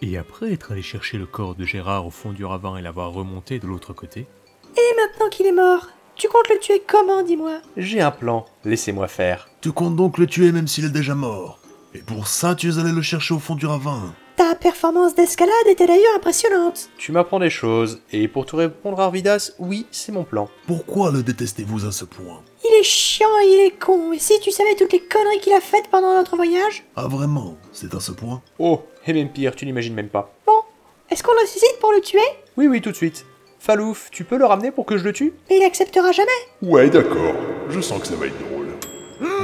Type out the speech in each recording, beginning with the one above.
Et après être allé chercher le corps de Gérard au fond du ravin et l'avoir remonté de l'autre côté, Et maintenant qu'il est mort, tu comptes le tuer comment, dis-moi J'ai un plan, laissez-moi faire. Tu comptes donc le tuer même s'il est déjà mort. Et pour ça, tu es allé le chercher au fond du ravin. Ta performance d'escalade était d'ailleurs impressionnante. Tu m'apprends des choses, et pour te répondre Arvidas, oui, c'est mon plan. Pourquoi le détestez-vous à ce point Il est chiant et il est con, et si tu savais toutes les conneries qu'il a faites pendant notre voyage Ah vraiment, c'est à ce point Oh, et même pire, tu n'imagines même pas. Bon, est-ce qu'on le suscite pour le tuer Oui, oui, tout de suite. Falouf, tu peux le ramener pour que je le tue Mais il acceptera jamais. Ouais, d'accord, je sens que ça va être drôle.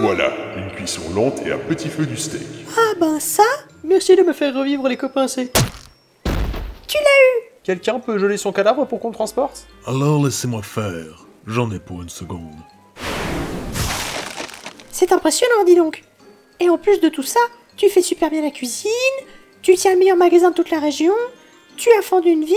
Voilà, une cuisson lente et à petit feu du steak. Ah ben ça Merci de me faire revivre les copains, c'est... Tu l'as eu Quelqu'un peut geler son cadavre pour qu'on le transporte Alors laissez-moi faire. J'en ai pour une seconde. C'est impressionnant, dis donc. Et en plus de tout ça, tu fais super bien la cuisine, tu tiens le meilleur magasin de toute la région, tu as fendu une ville,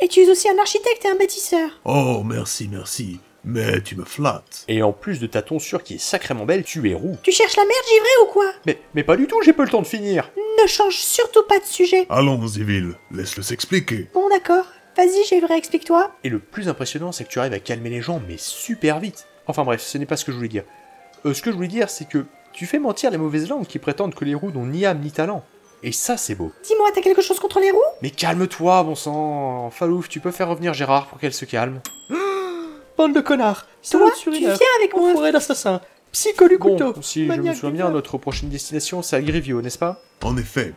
et tu es aussi un architecte et un bâtisseur. Oh, merci, merci. Mais tu me flattes. Et en plus de ta tonsure qui est sacrément belle, tu es roux. Tu cherches la merde givrée ou quoi Mais, mais pas du tout, j'ai pas le temps de finir Ne change surtout pas de sujet. Allons-y, Ville. Laisse-le s'expliquer. Bon d'accord, vas-y Gévrey, explique-toi. Et le plus impressionnant, c'est que tu arrives à calmer les gens, mais super vite. Enfin bref, ce n'est pas ce que je voulais dire. Euh, ce que je voulais dire, c'est que tu fais mentir les mauvaises langues qui prétendent que les roux n'ont ni âme ni talent. Et ça, c'est beau. Dis-moi, t'as quelque chose contre les roues Mais calme-toi, bon sang Falouf, tu peux faire revenir Gérard pour qu'elle se calme. Bande de connards Toi, tu viens avec moi. d'assassin Psycho du couteau. si je me Maniaque souviens du bien, peuple. notre prochaine destination, c'est Agrivio, n'est-ce pas En effet.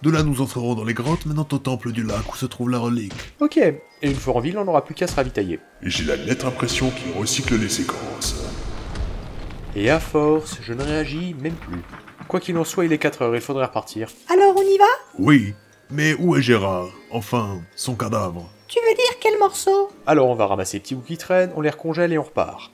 De là, nous entrerons dans les grottes menant au temple du lac où se trouve la relique. Ok. Et une fois en ville, on n'aura plus qu'à se ravitailler. Et j'ai la nette impression qu'il recycle les séquences. Et à force, je ne réagis même plus. Quoi qu'il en soit, il est 4 heures, il faudrait repartir. Alors on y va Oui, mais où est Gérard Enfin, son cadavre. Tu veux dire quel morceau Alors on va ramasser les petits bouts qui traînent, on les recongèle et on repart.